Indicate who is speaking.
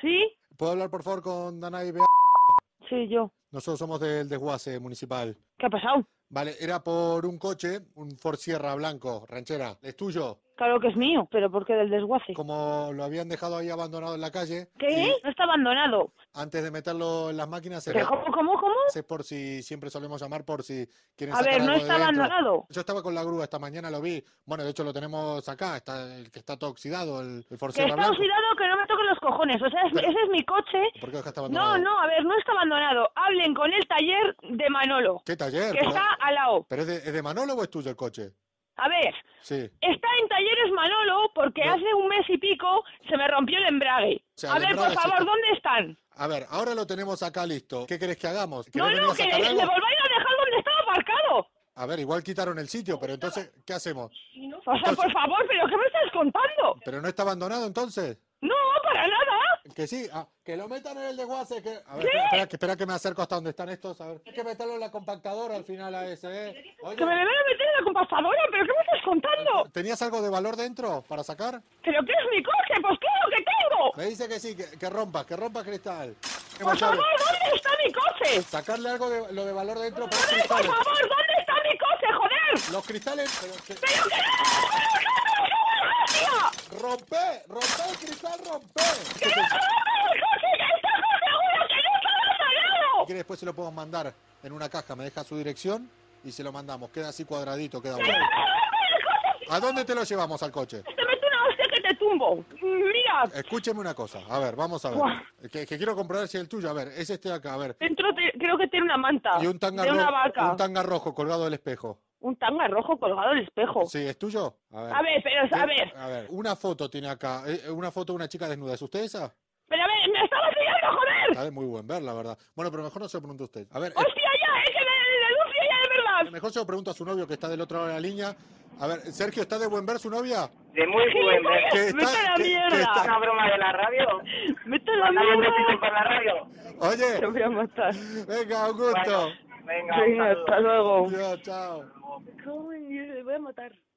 Speaker 1: ¿Sí?
Speaker 2: ¿Puedo hablar, por favor, con Danay Bea?
Speaker 1: Sí, yo.
Speaker 2: Nosotros somos del desguace municipal.
Speaker 1: ¿Qué ha pasado?
Speaker 2: Vale, era por un coche, un Ford Sierra blanco, ranchera. ¿Es tuyo?
Speaker 1: Claro que es mío, pero ¿por qué del desguace?
Speaker 2: Como lo habían dejado ahí abandonado en la calle.
Speaker 1: ¿Qué?
Speaker 2: y
Speaker 1: No está abandonado.
Speaker 2: Antes de meterlo en las máquinas, se
Speaker 1: ¿Pero ¿Cómo, cómo, cómo?
Speaker 2: Es por si siempre solemos llamar por si quieren
Speaker 1: A
Speaker 2: sacar
Speaker 1: ver, no
Speaker 2: algo de
Speaker 1: está
Speaker 2: dentro.
Speaker 1: abandonado.
Speaker 2: Yo estaba con la grúa esta mañana, lo vi. Bueno, de hecho lo tenemos acá, está el que está todo oxidado, el, el Ford
Speaker 1: Que
Speaker 2: Sierra
Speaker 1: está
Speaker 2: blanco.
Speaker 1: oxidado, que no me toquen los cojones. O sea, es-
Speaker 2: Pero-
Speaker 1: ese es mi coche.
Speaker 2: ¿Por qué está abandonado?
Speaker 1: No, no, a ver, no está abandonado. Hablen con el taller de Manolo,
Speaker 2: ¿Qué taller?
Speaker 1: que
Speaker 2: Pero-
Speaker 1: está al lado.
Speaker 2: ¿Pero es de, es de Manolo o es tuyo el coche?
Speaker 1: A ver,
Speaker 2: Sí.
Speaker 1: está en talleres Manolo porque
Speaker 2: No.
Speaker 1: hace un mes y pico se me rompió el embrague.
Speaker 2: O sea,
Speaker 1: a
Speaker 2: el
Speaker 1: ver, por
Speaker 2: embrague sí
Speaker 1: favor,
Speaker 2: está-
Speaker 1: ¿dónde están?
Speaker 2: A ver, ahora lo tenemos acá listo. ¿Qué querés que hagamos? ¿Querés
Speaker 1: No,
Speaker 2: venir
Speaker 1: no,
Speaker 2: a
Speaker 1: que
Speaker 2: sacar
Speaker 1: le
Speaker 2: algo?
Speaker 1: volváis a dejar donde estaba aparcado.
Speaker 2: A ver, igual quitaron el sitio, pero entonces, ¿qué hacemos?
Speaker 1: O sea, por favor, ¿pero qué me estás contando?
Speaker 2: ¿Pero no está abandonado entonces?
Speaker 1: No, para nada.
Speaker 2: Que sí, ah, que lo metan en el desguace. Que... A ver, espera, espera, que, espera que me acerco hasta donde están estos. A ver, hay que meterlo en la compactadora al final a ese, ¿eh?
Speaker 1: Que me
Speaker 2: Oye,
Speaker 1: deben meter en la compactadora, ¿pero qué me estás contando?
Speaker 2: ¿tenías algo de valor dentro para sacar?
Speaker 1: ¿Pero qué es mi coche? Pues claro que tengo.
Speaker 2: Me dice que sí, que, que rompas, que rompas cristal. Que
Speaker 1: Por
Speaker 2: botarle-
Speaker 1: favor, ¿dónde está mi coche?
Speaker 2: Sacarle algo de lo de valor dentro por
Speaker 1: Ay, Por
Speaker 2: cristales.
Speaker 1: favor, ¿dónde está mi coche? Joder.
Speaker 2: Los cristales. pero que-
Speaker 1: ¡Pero que no! ¡No,
Speaker 2: ¡Rompe! ¡Rompe el cristal! ¡Rompe!
Speaker 1: no, el coche ya está seguro que no está abandonado!
Speaker 2: que después se lo podemos mandar en una caja, me deja su dirección y se lo mandamos. Queda así cuadradito, queda bueno. ¿A dónde te lo llevamos al coche?
Speaker 1: Te meto una hostia que te tumbo. Mira,
Speaker 2: Escúcheme una cosa, a ver, vamos a ver. Que, que quiero comprobar si es el tuyo, a ver, es este de acá, a ver.
Speaker 1: dentro te- creo que tiene una manta.
Speaker 2: Y un tanga,
Speaker 1: Ah, de
Speaker 2: ro-
Speaker 1: una vaca.
Speaker 2: un tanga rojo colgado del espejo.
Speaker 1: Un tanga rojo colgado al espejo.
Speaker 2: ¿Sí, es tuyo? A ver.
Speaker 1: A ver, pero a ver,
Speaker 2: A ver, una foto tiene acá, eh, eh, una foto de una chica desnuda, ¿es usted esa?
Speaker 1: pero a ver, me estaba tirando, joder.
Speaker 2: Está de muy buen ver, la verdad. Bueno, pero mejor no se lo pregunte a usted. A ver, eh,
Speaker 1: Hostia, ya, es que me denuncio ya de verdad.
Speaker 2: mejor se lo pregunto a su novio que está del otro lado de la línea. A ver, Sergio, ¿está de buen ver su novia?
Speaker 3: De muy buen ver.
Speaker 2: ¿Qué está-
Speaker 1: Vete a la
Speaker 2: qué- qué está-
Speaker 3: ¿Es una broma de la radio?
Speaker 1: Vete a la
Speaker 3: ¿Hay un éxito
Speaker 1: mierda.
Speaker 3: para la radio?
Speaker 1: Te
Speaker 2: Oye,
Speaker 1: voy a matar.
Speaker 2: venga, un gusto.
Speaker 3: Bueno, venga, un
Speaker 1: Venga,
Speaker 3: saludo.
Speaker 1: hasta luego.
Speaker 2: Adiós, chao.
Speaker 4: ¿Cómo? Yo le voy a matar.